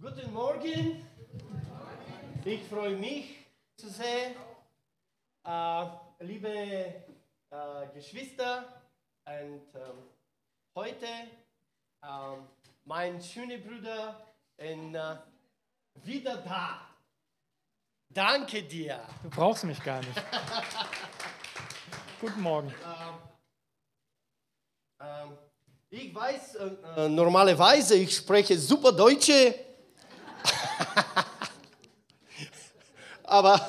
Guten Morgen. Ich freue mich zu sehen. Äh, liebe äh, Geschwister und ähm, heute ähm, mein schöner Bruder in, äh, wieder da. Danke dir. Du brauchst mich gar nicht. Guten Morgen. Ähm, ich weiß, äh, äh, normalerweise ich spreche super Deutsche, aber,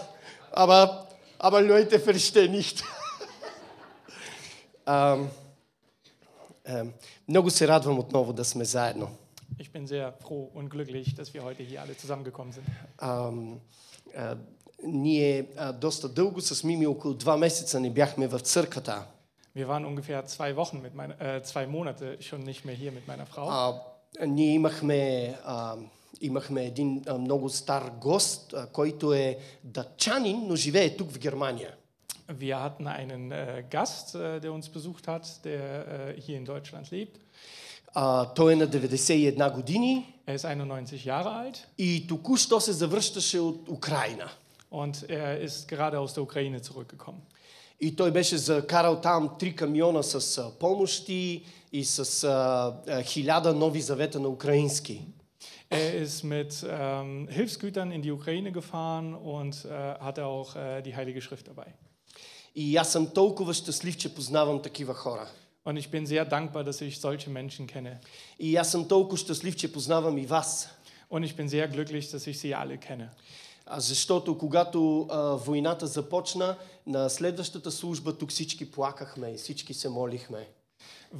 aber, aber Leute verstehen nicht. ähm, ähm, много се радвам отново да сме заедно. Ich bin sehr froh und glücklich, dass wir heute hier alle zusammengekommen sind. Ам, а, ние а, доста дълго с Мими, около два месеца не бяхме в църквата. Wir waren ungefähr zwei Wochen mit meiner, äh, zwei Monate schon nicht mehr hier mit meiner Frau. А, ние имахме, а, имахме един а, много стар гост, а, който е датчанин, но живее тук в Германия. Wir hatten einen äh, Gast, äh, der uns besucht hat, der äh, hier in Deutschland lebt. А, той е на 91 години Er ist 91 Jahre alt и току-що се завръщаше от Украина. und er ist gerade aus der Ukraine zurückgekommen. И той беше закарал там три камиона с а, помощи и с а, а, хиляда нови завета на украински. Er ist mit ähm, Hilfsgütern in die Ukraine gefahren und äh, hatte auch äh, die Heilige Schrift dabei. И аз съм толкова щастлив, че познавам такива хора. Und ich bin sehr dankbar, dass ich solche Menschen kenne. И аз съм толкова щастлив, че познавам и вас. Und ich bin sehr glücklich, dass ich sie alle kenne. А Защото когато а, войната започна, на следващата служба тук всички плакахме и всички се молихме.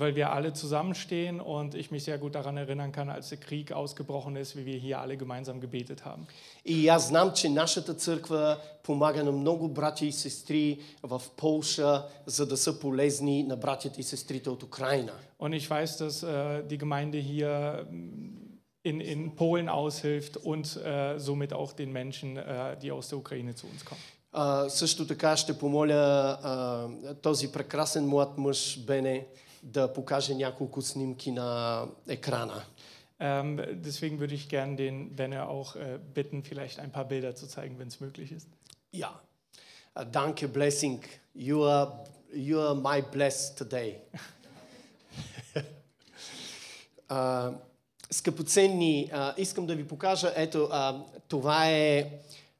Weil wir alle zusammenstehen und ich mich sehr gut daran erinnern kann, als der Krieg ausgebrochen ist, wie wir hier alle gemeinsam gebetet haben. И аз знам, че нашата църква помага на много братя и сестри в Полша, за да са полезни на братята и сестрите от Украина. Und ich weiß, dass äh, die Gemeinde hier mm, in, in Polen aushilft und äh, somit auch den Menschen, äh, die aus der Ukraine zu uns kommen. А, също така ще помоля а, този прекрасен млад мъж Бене да покаже няколко снимки на екрана. Ähm, deswegen würde ich gerne den Benne auch äh, bitten, vielleicht ein paar Bilder zu zeigen, wenn es möglich ist. Yeah. Uh, danke, blessing. You are, you are my blessed today. uh, скъпоценни, uh, искам да ви покажа, ето, uh, това е,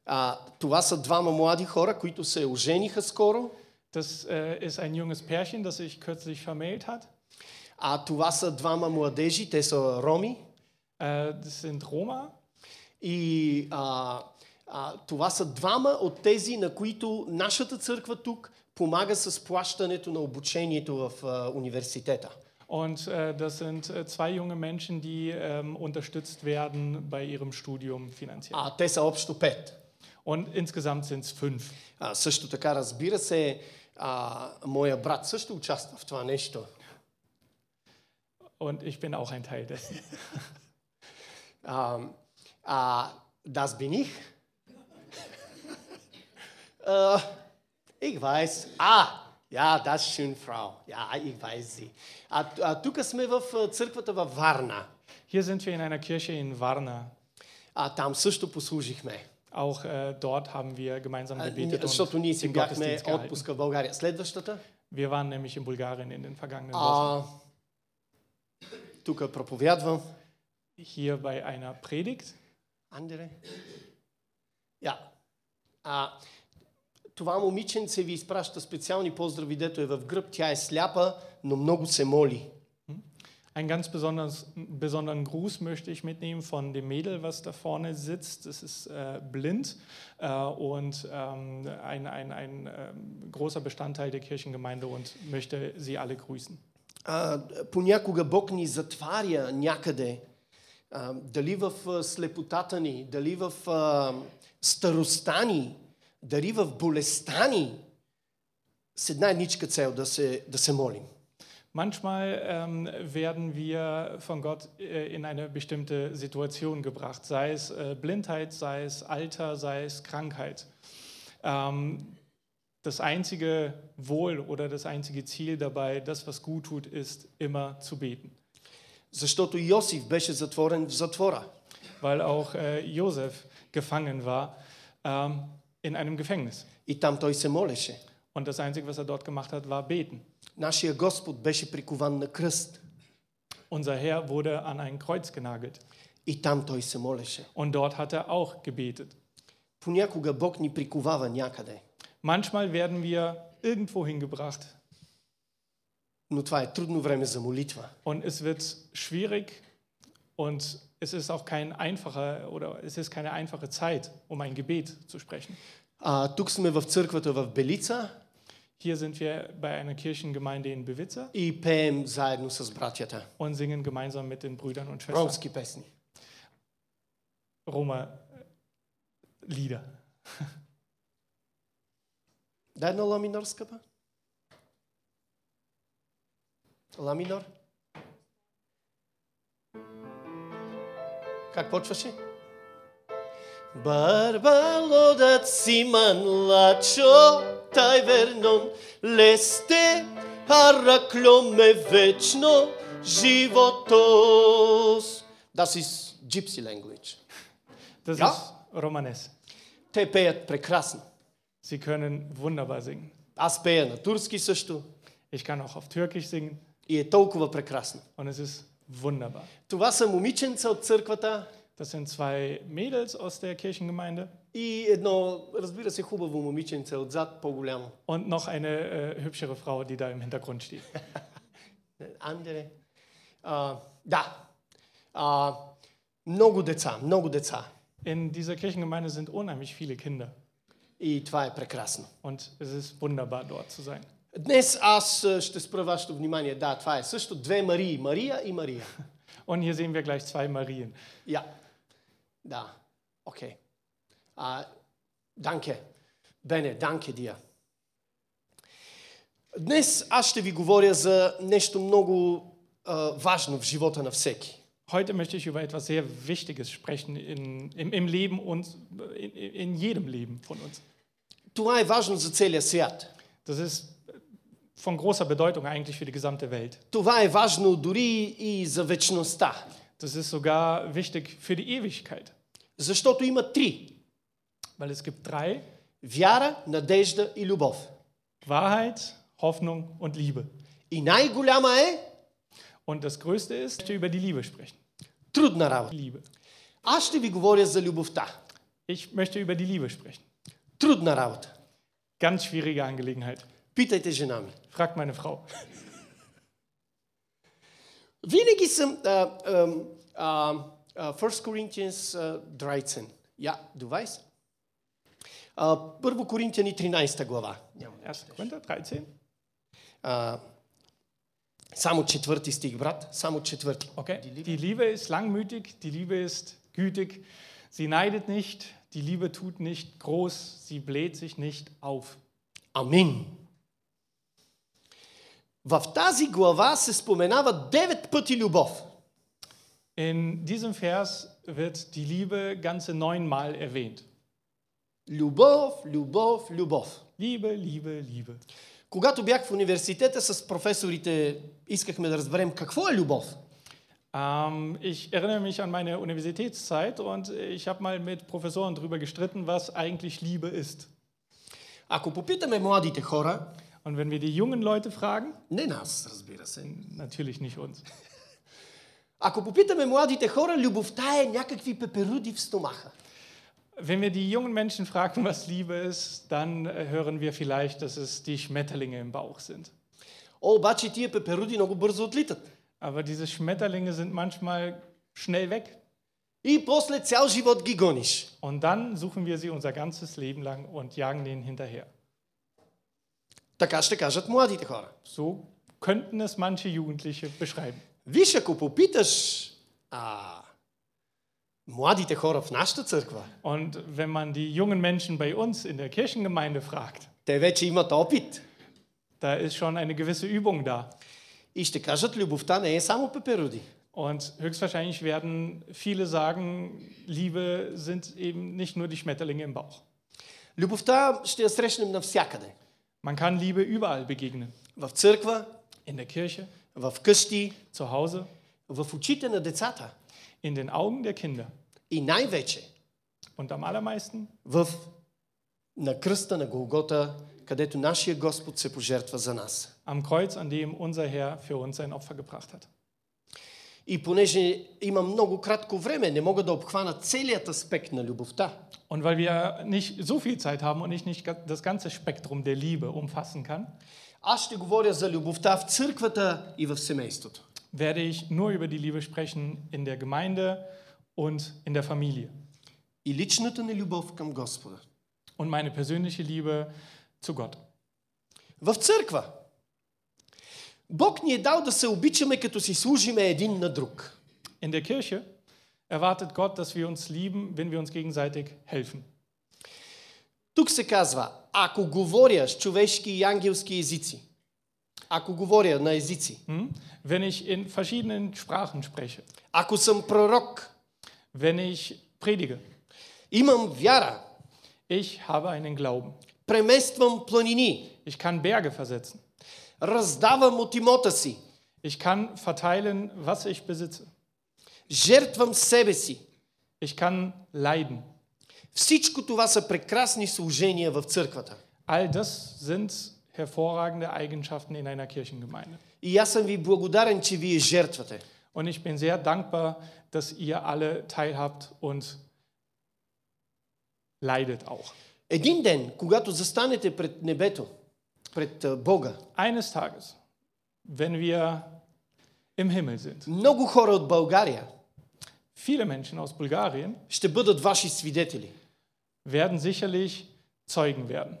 uh, това са двама млади хора, които се ожениха скоро, Das äh, ist ein junges Pärchen, das sich kürzlich vermählt hat. а това са двама младежи, те са роми, Äh, das sind Roma. и а, а, това са двама от тези, на които нашата църква тук помага с плащането на обучението в а, университета. Und äh, das sind äh, zwei junge Menschen, die ähm, unterstützt werden bei ihrem Studium finanziell. А те са общо пет. Und insgesamt sind es fünf. А, също така, разбира се, а, моя брат също участва в това нещо. Und ich bin auch ein Teil dessen. А, а, das bin ich. а, ich weiß. А, ja, das ist schön, Frau. Ja, ich weiß sie. А, а тук сме в а, църквата във Варна. Hier sind wir in einer Kirche in Varna. А там също послужихме. Auch äh, dort haben wir gemeinsam А, gebetet защото und ние си den бяхме Gottesdienst gehalten. отпуска в България. Следващата. Wir waren nämlich in Bulgarien in den vergangenen А, Wochen. тук проповядвам. Hier bei einer Predigt. Andere? Я. А, това момиченце ви изпраща специални поздрави, дето е в гръб. Тя е сляпа, но много се моли. Einen ganz besonders, besonderen Gruß möchte ich mitnehmen von dem Mädel, was da vorne sitzt. Das ist äh, blind äh, und ähm, ein, ein, ein ähm, großer Bestandteil der Kirchengemeinde und möchte Sie alle grüßen. А, понякога Бог ни затваря някъде. А, дали в а, слепотата ни, дали в а, старостта ни, дали в болестта ни, с една едничка цел да се, да се молим. Manchmal ähm, werden wir von Gott äh, in eine bestimmte Situation gebracht, sei es äh, Blindheit, sei es Alter, sei es Krankheit. Ähm, das einzige Wohl oder das einzige Ziel dabei, das, was gut tut, ist immer zu beten. Защото Йосиф беше затворен в затвора. weil auch äh, Josef gefangen war ähm, in einem Gefängnis. И там той се молеше. Und das Einzige, was er dort gemacht hat, war beten. Нашия Господ беше прикован на кръст. Unser Herr wurde an ein Kreuz genagelt. И там той се молеше. Und dort hat er auch gebetet. Понякога Бог ни приковава някъде. Manchmal werden wir irgendwo hingebracht Но това е трудно време за молитва. und es wird schwierig und es ist auch kein einfacher oder es ist keine einfache Zeit, um ein Gebet zu sprechen. А, тук сме в църквата в Белица Hier sind wir bei einer Kirchengemeinde in Bewitzer и пеем заедно с братята. und singen gemeinsam mit den Brüdern und Schwestern Ромски песни. Roma-Lieder. Дай една ламинор, скъпа. Ламинор. Как почваше? Барбало да циман лачо, тай вернон, лесте, аракломе вечно, животос. Das ist Gypsy Language. Das Ja? ist Romanes. Те пеят прекрасно. Sie können wunderbar singen. Аз пея на турски също Ich kann auch auf Türkisch singen и е толкова прекрасно. und es ist wunderbar. Това са момиченца от църквата Das sind zwei Mädels aus der Kirchengemeinde и едно, разбира се, хубаво момиченце отзад, по-голямо. und noch eine äh, hübschere Frau, die da im Hintergrund steht. Андере. А, да. А, много деца, много деца. In dieser Kirchengemeinde sind unheimlich viele Kinder И това е прекрасно. und es ist wunderbar, dort zu sein. Днес аз а, ще спра вашето внимание. Да, това е също две Марии. Мария и Мария. Und hier sehen wir gleich zwei Marien. Ja. Да. Окей. А, данке. Бене, данке дия. Днес аз ще ви говоря за нещо много а, важно в живота на всеки. Heute möchte ich über etwas sehr Wichtiges sprechen in, im, im Leben und äh, in, in jedem Leben von uns. Това е важно за целия свят. Das ist von großer Bedeutung eigentlich für die gesamte Welt. Това е важно дори и за вечността. Das ist sogar wichtig für die Ewigkeit, Защото има три. weil es gibt drei, Вяра, надежда и любов. Wahrheit, Hoffnung und Liebe. И най-голяма е Und das Größte ist, ich möchte über die Liebe sprechen. трудна работа. Liebe. Аз ще ви говоря за любовта. Ich möchte über die Liebe sprechen. Трудна работа. Ganz schwierige Angelegenheit. Питайте жена ми. Fragt meine Frau. Винаги съм... А, ам, а, а, 1 Corinthians а, 13. Я, 20. А, 1 Коринтияни 13 глава. Няма. 1. Korinther 13. А, само четвърти стих, брат. Само четвърти. Okay. Die Liebe ist langmütig, die Liebe ist gütig. Sie neidet nicht, die Liebe tut nicht groß, sie bläht sich nicht auf. Амин. В тази глава се споменава девет пъти любов. In diesem Vers wird die Liebe ganze neunmal erwähnt. Любов, любов, любов. Liebe, Liebe, Liebe. Когато бях в университета с професорите, искахме да разберем какво е любов. Ähm, ich erinnere mich an meine Universitätszeit und ich habe mal mit Professoren darüber gestritten, was eigentlich Liebe ist. Ако попитаме младите хора, Und wenn wir die jungen Leute fragen, не нас, разбира се, natürlich nicht uns, ако попитаме младите хора, любовта е някакви пеперуди в стомаха. wenn wir die jungen Menschen fragen, was Liebe ist, dann äh, hören wir vielleicht, dass es die Schmetterlinge im Bauch sind. О, обаче тия пеперуди много бързо отлитат. Aber diese Schmetterlinge sind manchmal schnell weg И после цял живот ги гониш. und dann suchen wir sie unser ganzes Leben lang und jagen denen hinterher. Така ще кажат младите хора. So könnten es manche Jugendliche beschreiben. Виж, ако попиташ а, младите хора в нашата църква, Und wenn man die jungen Menschen bei uns in der Kirchengemeinde fragt, те вече имат опит da ist schon eine gewisse Übung da. и ще кажат, любовта не е само пеперуди. Und höchstwahrscheinlich werden viele sagen, Liebe sind eben nicht nur die Schmetterlinge im Bauch. Любовта ще я срещнем навсякъде. Man kann Liebe überall begegnen. В църква, In der Kirche, в къщи, zu Hause, в очите на децата, in den Augen der Kinder, и най-вече Und am allermeisten в, на кръста на Голгота, където нашия Господ се пожертва за нас. am Kreuz, an dem unser Herr für uns sein Opfer gebracht hat. И понеже има много кратко време, не мога да обхвана целият аспект на любовта, Und weil wir nicht so viel Zeit haben und ich nicht ga- das ganze Spektrum der Liebe umfassen kann, аз ще говоря за любовта в църквата и в семейството. werde ich nur über die Liebe sprechen in der Gemeinde und in der Familie. И личната ни любов към Господа. Und meine persönliche Liebe zu Gott. В църква. Бог ни е дал да се обичаме, като си служиме един на друг. In der Kirche erwartet Gott, dass wir uns lieben, wenn wir uns gegenseitig helfen. Тук се казва, ако говоря с човешки и ангелски езици, ако говоря на езици, Hm? Wenn ich in verschiedenen Sprachen spreche, ако съм пророк, wenn ich predige, имам вяра, ich habe einen Glauben. премествам планини, Ich kann Berge versetzen. раздавам от имота си, Ich kann verteilen, was ich besitze. жертвам себе си. Ich kann leiden. Всичко това са прекрасни служения в църквата. All das sind hervorragende Eigenschaften in einer Kirchengemeinde. И аз съм ви благодарен, че вие жертвате. Und ich bin sehr dankbar, dass ihr alle teilhabt und leidet auch. Един ден, когато застанете пред небето, пред а, Бога, Eines Tages, wenn wir im Himmel sind, много хора от България viele Menschen aus Bulgarien ще бъдат ваши свидетели. werden sicherlich Zeugen werden.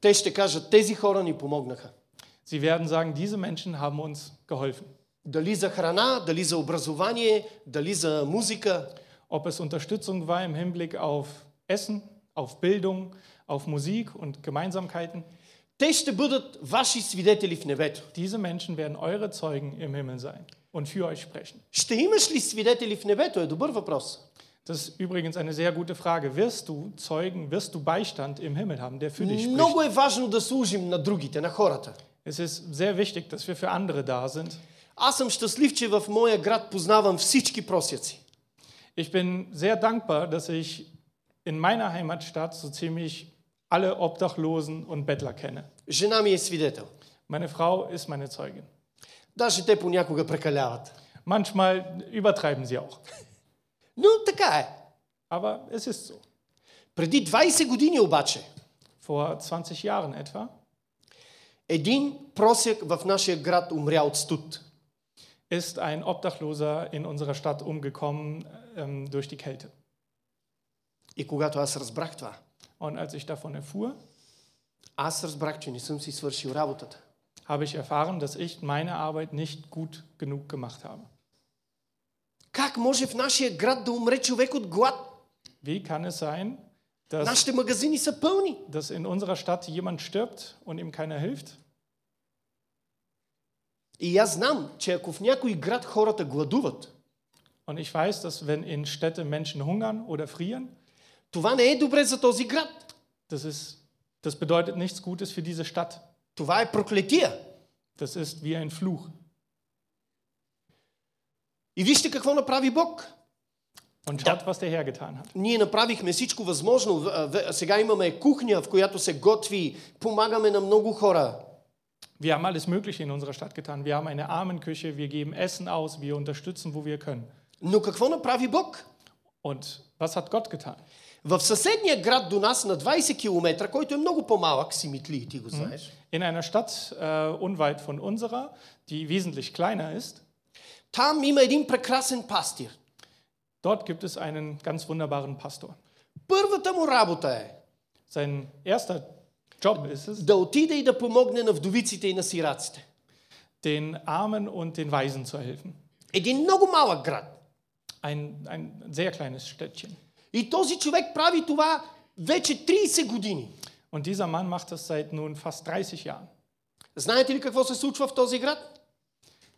Те ще кажат, тези хора ни помогнаха. Sie werden sagen, diese Menschen haben uns geholfen. Дали за храна, дали за образование, дали за музика. Ob es Unterstützung war im Hinblick auf Essen, auf Bildung, auf Musik und Gemeinsamkeiten, Те ще бъдат ваши свидетели в небето. diese Menschen werden eure Zeugen im Himmel sein und für euch sprechen. Ще имаш ли свидетели в небето? Е добър въпрос. Das ist übrigens eine sehr gute Frage. Wirst du Zeugen, wirst du Beistand im Himmel haben, der für dich spricht? Много е важно да служим на другите, на хората. Es ist sehr wichtig, dass wir für andere da sind. Аз съм щастлив, че в моя град познавам всички просяци. Ich bin sehr dankbar, dass ich in meiner Heimatstadt so ziemlich alle Obdachlosen und Bettler kenne. Жена ми е свидетел. Meine Frau ist meine Zeugin. Даже те понякога прекаляват. Manchmal übertreiben sie auch. Но така е. Aber es ist so. Преди 20 години обаче, Vor 20 Jahren etwa един просяк в нашия град умря от студ. ist ein Obdachloser in unserer Stadt umgekommen ähm, durch die Kälte. И когато аз разбрах това, Und als ich davon erfuhr, аз разбрах, че не съм си свършил работата. habe ich erfahren, dass ich meine Arbeit nicht gut genug gemacht habe. Как може в нашия град да умре човек от глад? Wie kann es sein, dass, Нашите магазини са пълни. dass in unserer Stadt jemand stirbt und ihm keiner hilft? И аз знам, че ако в някой град хората гладуват, Und ich weiß, dass wenn in Städte Menschen hungern oder frieren, това не е добре за този град. das, ist, das bedeutet nichts Gutes für diese Stadt. Това е проклетия. Das ist wie ein Fluch. И вижте какво направи Бог. Und schaut, was der Herr getan hat. Ние направихме всичко възможно. В- в- Сега имаме кухня, в която се готви. Помагаме на много хора. Wir haben alles Mögliche in unserer Stadt getan. Wir haben eine Armenküche, wir geben Essen aus, wir unterstützen, wo wir können. Но какво направи Бог? Und was hat Gott getan? В съседния град до нас на 20 км, който е много по-малък, Симитли, и ти го знаеш, In einer Stadt äh, unweit von unserer, die wesentlich kleiner ist, там има един прекрасен пастир. dort gibt es einen ganz wunderbaren Pastor. Първата му работа е Sein erster Job ist es, да отиде и да помогне на вдовиците и на сираците. den Armen und den Waisen zu helfen. Един много малък град. Ein, ein sehr kleines Städtchen. И този човек прави това вече 30 години. Und dieser Mann macht das seit nun fast 30 Jahren. Знаете ли какво се случва в този град?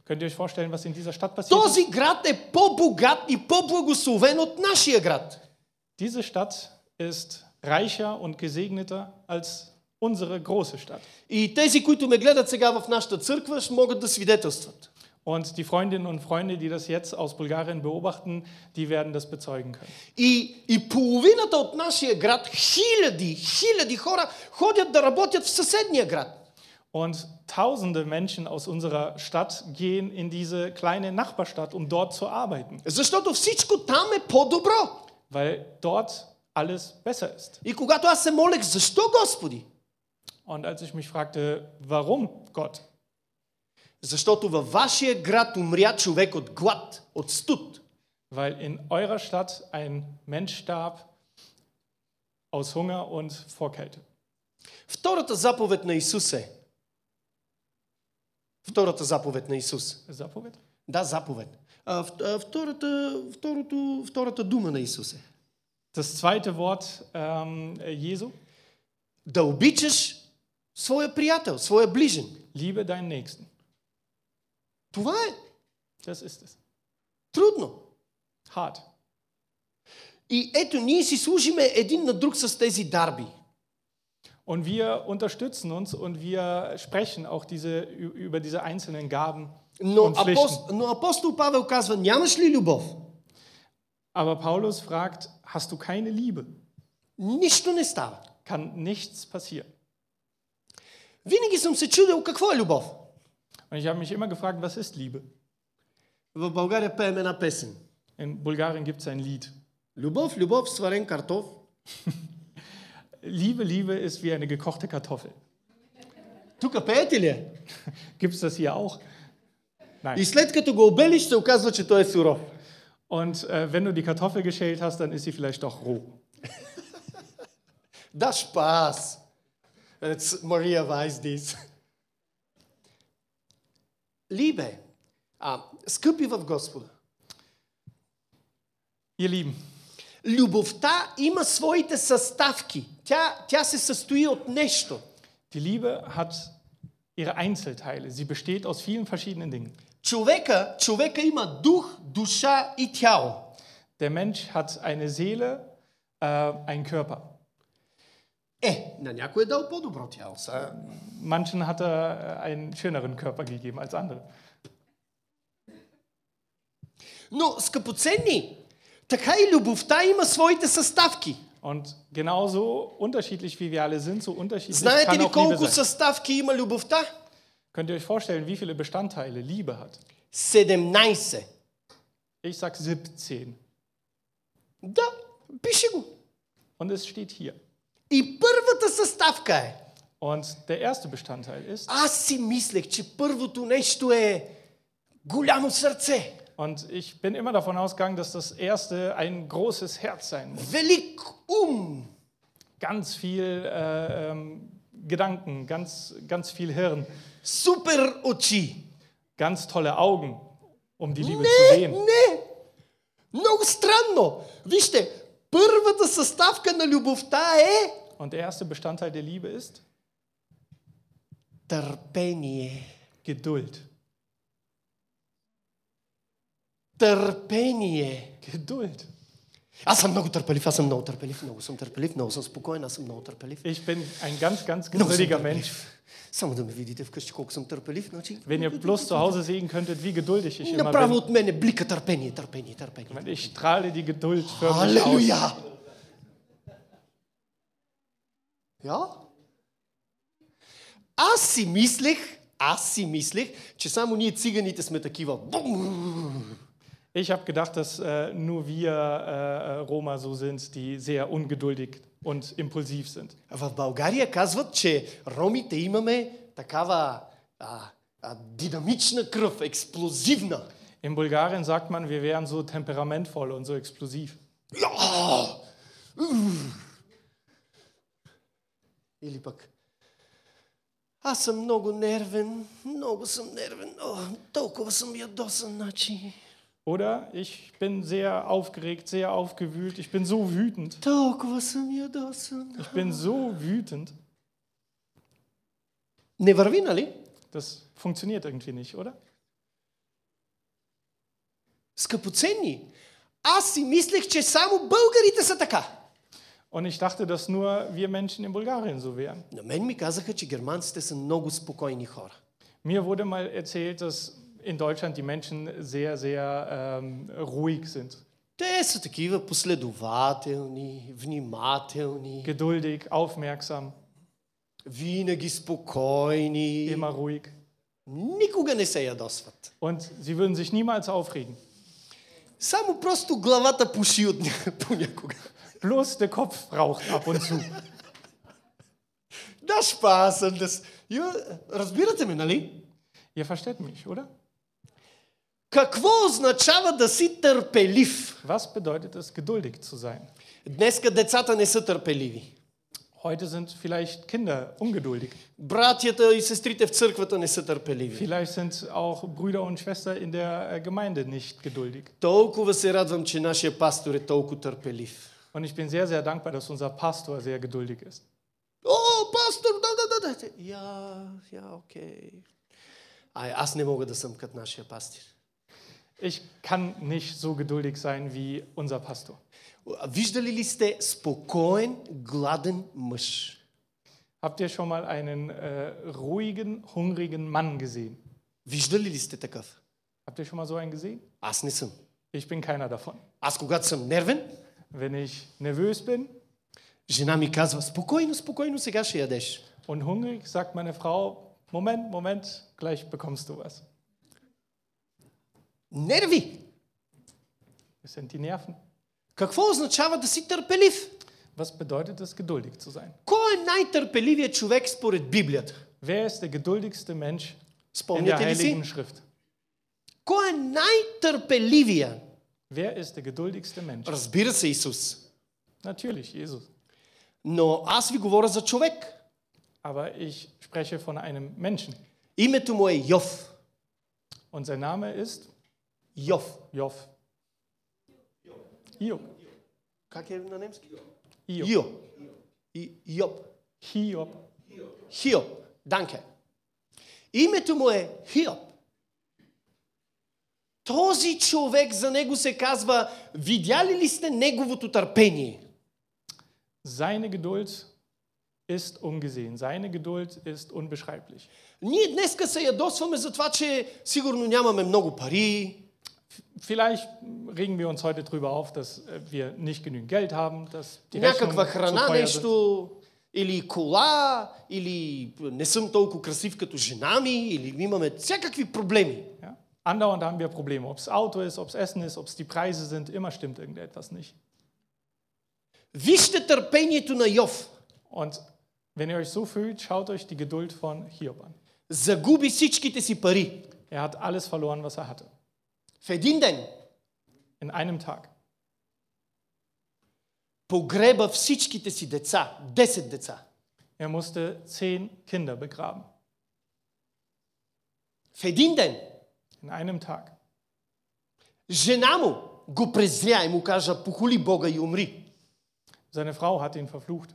Könnt ihr euch vorstellen, was in dieser Stadt passiert ist? Този град е по-богат и по-благословен от нашия град. Diese Stadt ist reicher und gesegneter als unsere große Stadt. И тези, които ме гледат сега в нашата църква, ще могат да свидетелстват. Und die Freundinnen und Freunde, die das jetzt aus Bulgarien beobachten, die werden das bezeugen können. И, и половината от нашия град, хиляди, хиляди хора ходят да работят в съседния град. Und tausende Menschen aus unserer Stadt gehen in diese kleine Nachbarstadt, um dort zu arbeiten, Защото всичко там е по-добро. weil dort alles besser ist. И когато аз се молех, защо Господи? Und als ich mich fragte, warum Gott? Защото във вашия град умря човек от глад, от студ. Weil in eurer Stadt ein Mensch starb aus Hunger und vor Kälte. Втората заповед на Исус е. Втората заповед на Исус. Заповед? Да, заповед. А, в- а, втората, второто, втората дума на Исус е. Das zweite Wort ähm, Jesu, Да обичаш своя приятел, своя ближен. liebe deinen Nächsten. Това е Das ist es. трудно. Hart. И ето, ние си служиме един на друг с тези дарби. Und wir unterstützen uns und wir sprechen auch diese, ü- über diese einzelnen Gaben Но, und Pflichten. апост, но апостол Павел казва, нямаш ли любов? Aber Paulus fragt, hast du keine Liebe? Нищо не става. Kann nichts passieren. Винаги съм се чудил какво е любов. Und ich habe mich immer gefragt, was ist Liebe? В България пеем една песен. In Bulgarien gibt es ein Lied. Любов, любов, сварен картоф. Liebe, Liebe ist wie eine gekochte Kartoffel. Тук пеете ли я? Gibt es das hier auch? И Nein. след като го обелиш, се оказва, че той е суров. Und äh, wenn du die Kartoffel geschält hast, dann ist sie vielleicht doch roh. Да, шпас. It's Maria weiß this. Либе, а, скъпи в Господа, Ihr Lieben, любовта има своите съставки. Тя, тя се състои от нещо. die Liebe hat ihre Einzelteile. Sie besteht aus vielen verschiedenen Dingen. Човека, човека има дух, душа и тяло. Der Mensch hat eine Seele, äh, einen Körper. Е, на някой е дал по-добро тяло. Са. Manchen hat er äh, einen schöneren Körper gegeben als andere. Но, скъпоценни, така и любовта има своите съставки. Und genauso unterschiedlich wie wir alle sind, so unterschiedlich Знаете kann ли auch Liebe колко sein. съставки има любовта? Könnt ihr euch vorstellen, wie viele Bestandteile Liebe hat? 17. Ich sag 17 Да, пише го. und es steht hier. И първата съставка е. Und der erste Bestandteil ist, Аз си мислех, че първото нещо е голямо сърце, und ich bin immer davon ausgegangen, dass das erste ein großes Herz sein muss. велик ум, Ganz viel äh, ähm, Gedanken, ganz, ganz viel Hirn, супер очи. ganz tolle Augen, um die Liebe zu Не, sehen. не. Много странно. Вижте, първата съставка на любовта е Und der erste Bestandteil der Liebe ist търпение. Geduld. Търпение. Geduld. Аз съм много търпелив, аз съм много търпелив, много съм търпелив, много съм спокоен, аз съм много търпелив. Ich bin ein ganz, ganz Много съм geduldiger Mensch. търпелив. Само да ме видите вкъщи колко съм търпелив, значи Wenn ihr bloß zu Hause sehen könntet, wie geduldig ich immer направо bin. от мене блика търпение, търпение, търпение. Und Ich strahle die Geduld förmlich aus. Halleluja! Ja? Аз си мислех, аз си мислех, че само ние циганите сме такива. Бум! Ich habe gedacht, dass äh, nur wir äh, Roma so sind, die sehr ungeduldig und impulsiv sind. В България казват, че ромите имаме такава а, а, динамична кръв, експлозивна. In Bulgarien sagt man, wir wären so temperamentvoll und so explosiv. Я! Ух! Или пък аз съм много нервен, много съм нервен, О, толкова съм ядосан, значи, Oder ich bin sehr aufgeregt, sehr aufgewühlt, ich bin so wütend. толкова съм ядосан. Ich bin so wütend. Не върви, нали? Das funktioniert irgendwie nicht, oder? Скъпоценни, аз си мислех, че само българите са така. Und ich dachte, dass nur wir Menschen in Bulgarien so wären. На мен ми казаха, че германците са много спокойни хора. Mir wurde mal erzählt, dass in Deutschland die Menschen sehr, sehr ähm, ruhig sind. Те са такива последователни, внимателни, Geduldig, aufmerksam, винаги спокойни, immer ruhig. никога не се ядосват. Und sie würden sich niemals aufregen. Само просто главата пуши от ня- понякога. Bloß der Kopf raucht ab und zu. Да, шпа, съм да... с- Ю, Разбирате ме, нали? Ihr versteht mich, oder? Какво означава да си търпелив? Was bedeutet es, geduldig zu sein? Днеска децата не са търпеливи. Heute sind vielleicht Kinder ungeduldig. Братята и сестрите в църквата не са търпеливи. Vielleicht sind auch Brüder und Schwestern in der äh, Gemeinde nicht geduldig. Толкова се радвам, че нашия пастор е толкова търпелив. Und ich bin sehr, sehr dankbar, dass unser Pastor sehr geduldig ist. О, пастор, да, да, да, да. Я, я, окей. Ай, аз не мога да съм като нашия пастир. Ich kann nicht so geduldig sein wie unser Pastor. Виждали ли сте спокоен, гладен мъж? Habt ihr schon mal einen äh, ruhigen, hungrigen Mann gesehen? Виждали ли сте такъв? Habt ihr schon mal so einen gesehen? Аз не съм. Ich bin keiner davon. Аз когато съм нервен, Wenn ich nervös bin жена ми казва, спокойно, спокойно, сега ще ядеш. und hungrig, sagt meine Frau, Moment, Moment, gleich bekommst du was. Нерви! Es sind die Nerven. Какво означава да си търпелив? Was bedeutet es, geduldig zu sein? Кой е най-търпеливият човек според Библията? Wer ist der geduldigste Mensch in der Спомняте ли си? Heiligen Schrift? Кой е най-търпеливия? Wer ist der geduldigste Mensch? Разбира се, Исус. Natürlich, Jesus. Но аз ви говоря за човек. Aber ich spreche von einem Menschen. Името му е Йов. Und sein Name ist Йов. Job. Hiob. Как е на немски? Hiob. Йо. И- Йоб. Hiob. Хиоб. Данке. Името му е Хиоб. Този човек, за него се казва, видяли ли сте неговото търпение? Seine Geduld ist ungesehen. Seine Geduld ist unbeschreiblich. Ние днеска се ядосваме за това, че сигурно нямаме много пари, Vielleicht regen wir uns heute darüber auf, dass äh, wir nicht genügend Geld haben, dass die Rechnung някаква zu храна, teuer sind. нещо, или кола, или не съм толкова красив като жена ми, или имаме всякакви проблеми. Ja? Andauernd haben wir Probleme. Ob es Auto ist, ob es Essen ist, ob es die Preise sind, immer stimmt irgendetwas nicht. Вижте търпението на Йов. Und wenn ihr euch so fühlt, schaut euch die Geduld von Hiob an. Загуби всичките си пари. Er hat alles verloren, was er hatte. В един ден In einem Tag. погреба всичките си деца. 10 деца. Er musste zehn Kinder begraben. В един ден In einem Tag. жена му го презря и му кажа, похули Бога и умри. Seine Frau hat ihn verflucht.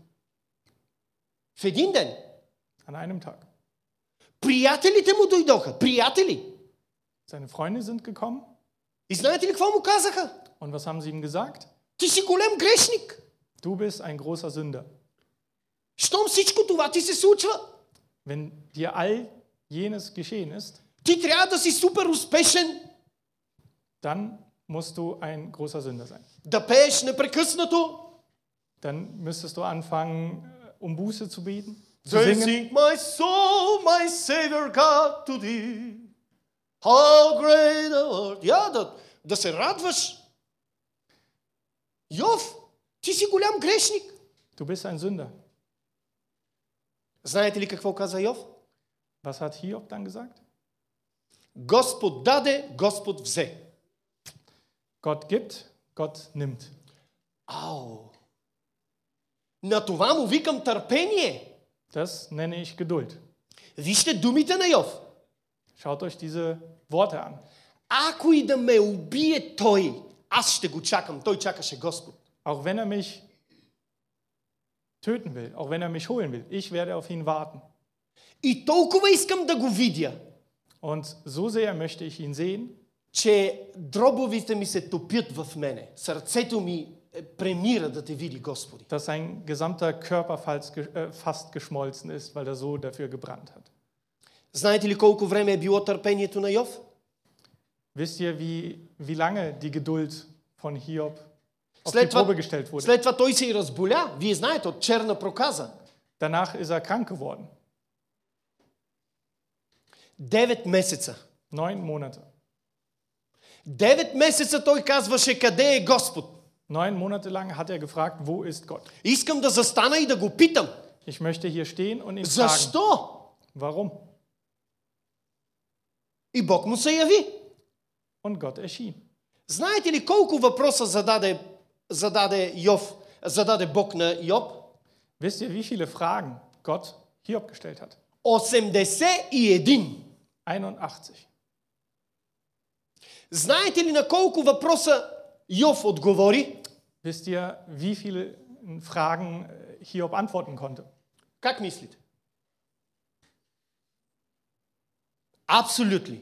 В един ден An einem Tag. приятелите му дойдоха. Приятели. Seine Freunde sind gekommen И знаете ли какво му казаха? und was haben sie ihm gesagt? Ти си голем грешник. Du bist ein großer Sünder. Щом всичко това ти се случва, Wenn dir all jenes geschehen ist, ти трябва да си супер успешен, dann musst du ein großer Sünder sein. да пееш непрекъснато, Dann müsstest du anfangen, um Buße zu beten, zu Say, singen. sing my soul, my Savior God to thee. How great the Lord. Я да, да се радваш. Йов, ти си голям грешник. Du bist ein Sünder. Знаете ли какво каза Йов? Was hat Hiob dann gesagt? Господ даде, Господ взе. Gott gibt, Gott nimmt. Ау! На това му викам търпение. Das nenne ich Geduld. Вижте думите на Йов. Schaut euch diese Worte an. Ако и да ме убие той, аз ще го чакам. Той чакаше Господ. Auch wenn er mich töten will, auch wenn er mich holen will, ich werde auf ihn warten. И толкова искам да го видя, Und so sehr möchte ich ihn sehen, че дробовите ми се топят в мене. Сърцето ми е, премира да те види, Господи. dass sein gesamter Körper falls ge- äh, fast geschmolzen ist, weil er so dafür gebrannt hat. Знаете ли колко време е било търпението на Йов? Wisst ihr, wie, wie lange die Geduld von Hiob auf die След това, Probe gestellt wurde? след това той се и разболя, вие знаете, от черна проказа. Danach ist er krank geworden. Девет месеца. Neun Monate. Девет месеца той казваше, къде е Господ? Neun Monate lang hat er gefragt, wo ist Gott? Искам да застана и да го питам. Ich möchte hier stehen und ihn fragen, Защо? warum? И Бог му се яви. Und Gott erschien. Знаете ли колко въпроса зададе, зададе Йов, зададе Бог на Йоб? Wisst ihr, wie viele Fragen Gott Hiob gestellt hat? 81. 81. Знаете ли на колко въпроса Йов отговори? Wisst ihr, wie viele Fragen äh, Hiob antworten konnte? Как мислите? Абсолютно.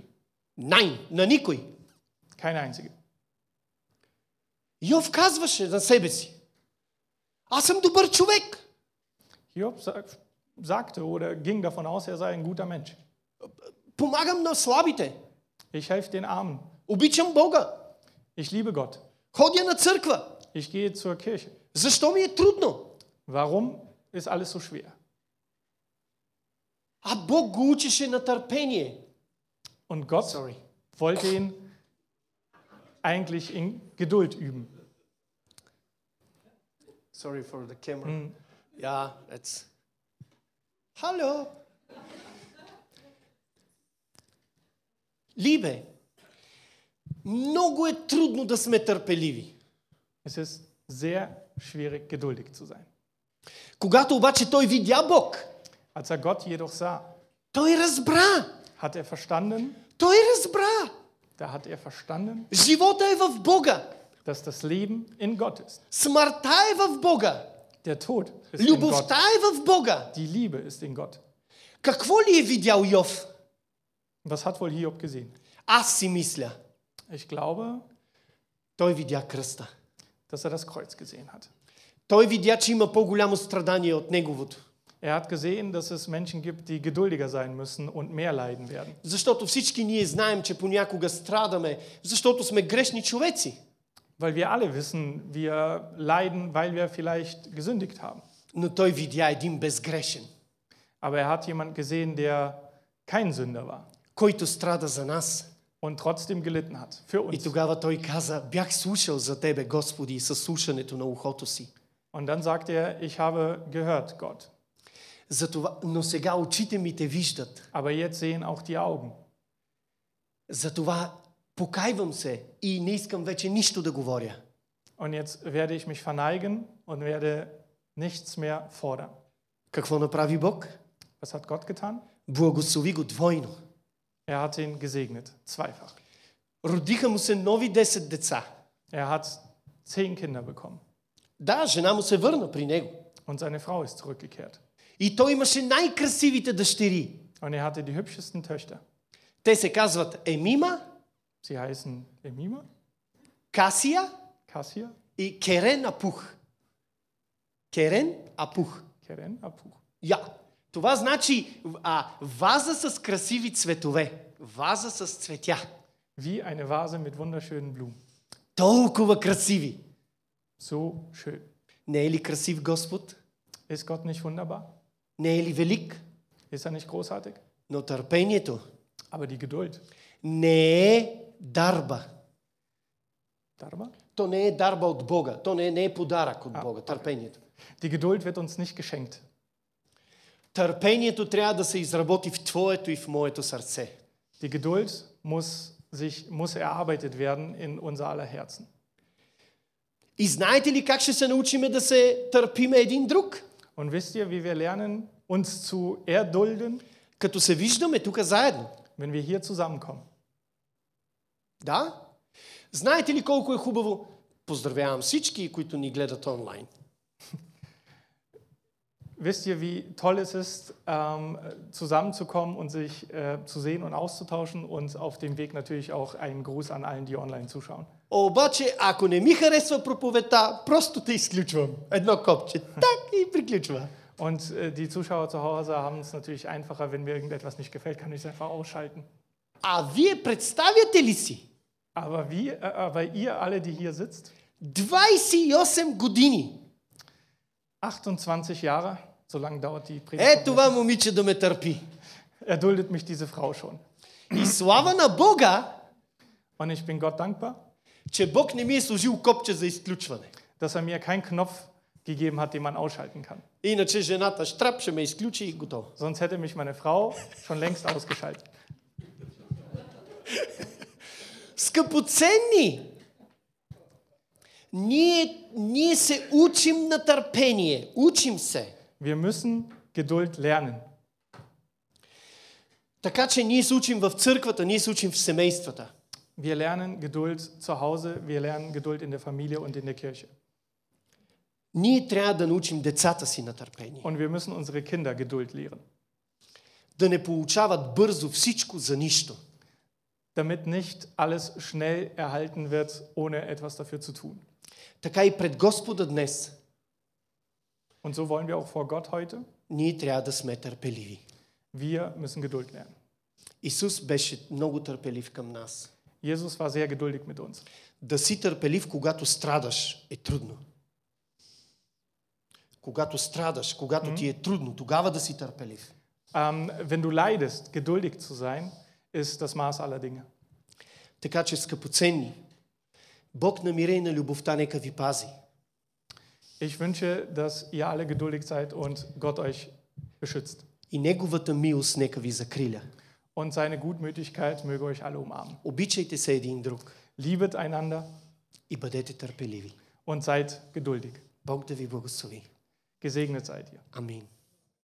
Най, на никой. Keine einzige. Йов казваше на себе си. Аз съм добър човек. Hiob sag, sagte oder ging davon aus, er sei ein guter Mensch. Помагам на слабите. Ich helfe den Armen. Обичам Бога. Ich liebe Gott. Ходя на църква. Ich gehe zur Kirche. Защо ми е трудно? Warum ist alles so schwer? А Бог го учеше на търпение. Und Gott wollte ihn eigentlich in Geduld üben. Sorry for the camera. Yeah, it's... Hallo! Либе, много е трудно да сме търпеливи. Es ist sehr schwierig, geduldig zu sein. Когато обаче той видя Бог, Als er Gott jedoch sah, той разбра. hat er verstanden, Той разбра. da hat er verstanden, Живота е в Бога. dass das Leben in Gott ist. Смъртта е в Бога. Der Tod ist in Любовта Gott. е в Бога. Die Liebe ist in Gott. Какво ли е видял Йов? Was hat wohl Hiob gesehen? Аз си мисля. Ich glaube, Той видя кръста. dass er das Kreuz gesehen hat. Той видя, че има по-голямо страдание от неговото. Er hat gesehen, dass es Menschen gibt, die geduldiger sein müssen und mehr leiden werden. Защото всички ние знаем, че понякога страдаме, защото сме грешни човеци. Weil wir alle wissen, wir leiden, weil wir vielleicht gesündigt haben. Но той видя един безгрешен, Aber er hat jemanden gesehen, der kein Sünder war който страда за нас. und trotzdem gelitten hat für И uns. тогава той каза, бях слушал за тебе, Господи, със слушането на ухото си. Und dann sagt er, ich habe gehört, Gott. Затова, но сега очите ми те виждат. Aber jetzt sehen auch die Augen. Затова покайвам се и не искам вече нищо да говоря. Und jetzt werde ich mich verneigen und werde nichts mehr fordern. Какво направи Бог? Was hat Gott getan? Благослови го двойно. Er hat ihn gesegnet, zweifach. Родиха му се нови 10 деца. Er hat zehn Kinder bekommen Да, жена му се върна при него. und seine Frau ist zurückgekehrt. И той имаше най-красивите дъщери. Und er hatte die hübschesten Töchter. Те се казват Емима, Sie heißen Emima, Касия Cassia, и Керен Апух. Керен Апух. Keren, Apu. Я. Това значи а, ваза с красиви цветове. Ваза с цветя. Wie eine Vase mit wunderschönen Blumen. Толкова красиви. So schön. Не е ли красив Господ? Ist Gott nicht wunderbar? Не е ли велик? Ist er nicht großartig? Но търпението Aber die Geduld, не е дарба. Dharma, То не е дарба от Бога. То не е, не е подарък от Бога. Търпението. die Geduld wird uns nicht geschenkt. Търпението трябва да се изработи в твоето и в моето сърце. Die Geduld muss, sich, muss erarbeitet werden in unser aller Herzen. И знаете ли как ще се научиме да се търпиме един друг? Und wisst ihr, wie wir lernen, uns zu erdulden, Като се виждаме тук заедно. wenn wir hier zusammenkommen? Да? Знаете ли колко е хубаво? Поздравявам всички, които ни гледат онлайн. Wisst ihr, wie toll es ist, ähm, zusammenzukommen und sich äh, zu sehen und auszutauschen und auf dem Weg natürlich auch einen Gruß an allen, die online zuschauen. Обаче, ако не ми харесва проповета, просто те изключвам. Едно копче. Так и приключва. Und äh, die Zuschauer zu Hause haben es natürlich einfacher, wenn mir irgendetwas nicht gefällt, kann ich es einfach ausschalten. А вие представяте ли си, Aber, wie, äh, aber ihr alle, die hier sitzt, 28 години. 28 Jahre, so lange dauert die Predigt, Е това момиче да ме търпи. erduldet mich diese Frau schon. И слава на Бога, Und ich bin Gott dankbar, че Бог не ми е служил копче за изключване. dass er mir keinen Knopf gegeben hat, den man ausschalten kann. Иначе жената штрап ще ме изключи и готово. Sonst hätte mich meine Frau schon längst ausgeschaltet. Скъпоценни! Ние, ние се учим на търпение. Учим се. Wir müssen Geduld lernen. Така че ние се учим в църквата, ние се учим в семействата. Wir lernen Geduld zu Hause, wir lernen Geduld in der Familie und in der Kirche. Ние трябва да научим децата си на търпение. Und wir müssen unsere Kinder Geduld lehren, Да не получават бързо всичко за нищо. damit nicht alles schnell erhalten wird, ohne etwas dafür zu tun. Така и пред Господа днес Und so wollen wir auch vor Gott heute. ние трябва да сме търпеливи. Wir müssen Geduld lernen. Исус беше много търпелив към нас. Jesus war sehr geduldig mit uns. Да си търпелив, когато страдаш, е трудно. Когато страдаш, когато ти е трудно, тогава да си търпелив. Ähm, wenn du leidest, geduldig zu sein, ist das Maß aller Dinge. Така че, скъпоценни, Бог намирай на любовта, нека ви пази. Ich wünsche, dass ihr alle geduldig seid und Gott euch beschützt. И Неговата милост нека ви закриля. Und seine Gutmütigkeit möge euch alle umarmen. Обичайте се един друг Liebet einander и бъдете търпеливи. und seid geduldig. Бог да ви благослови. Gesegnet seid ihr. Амин.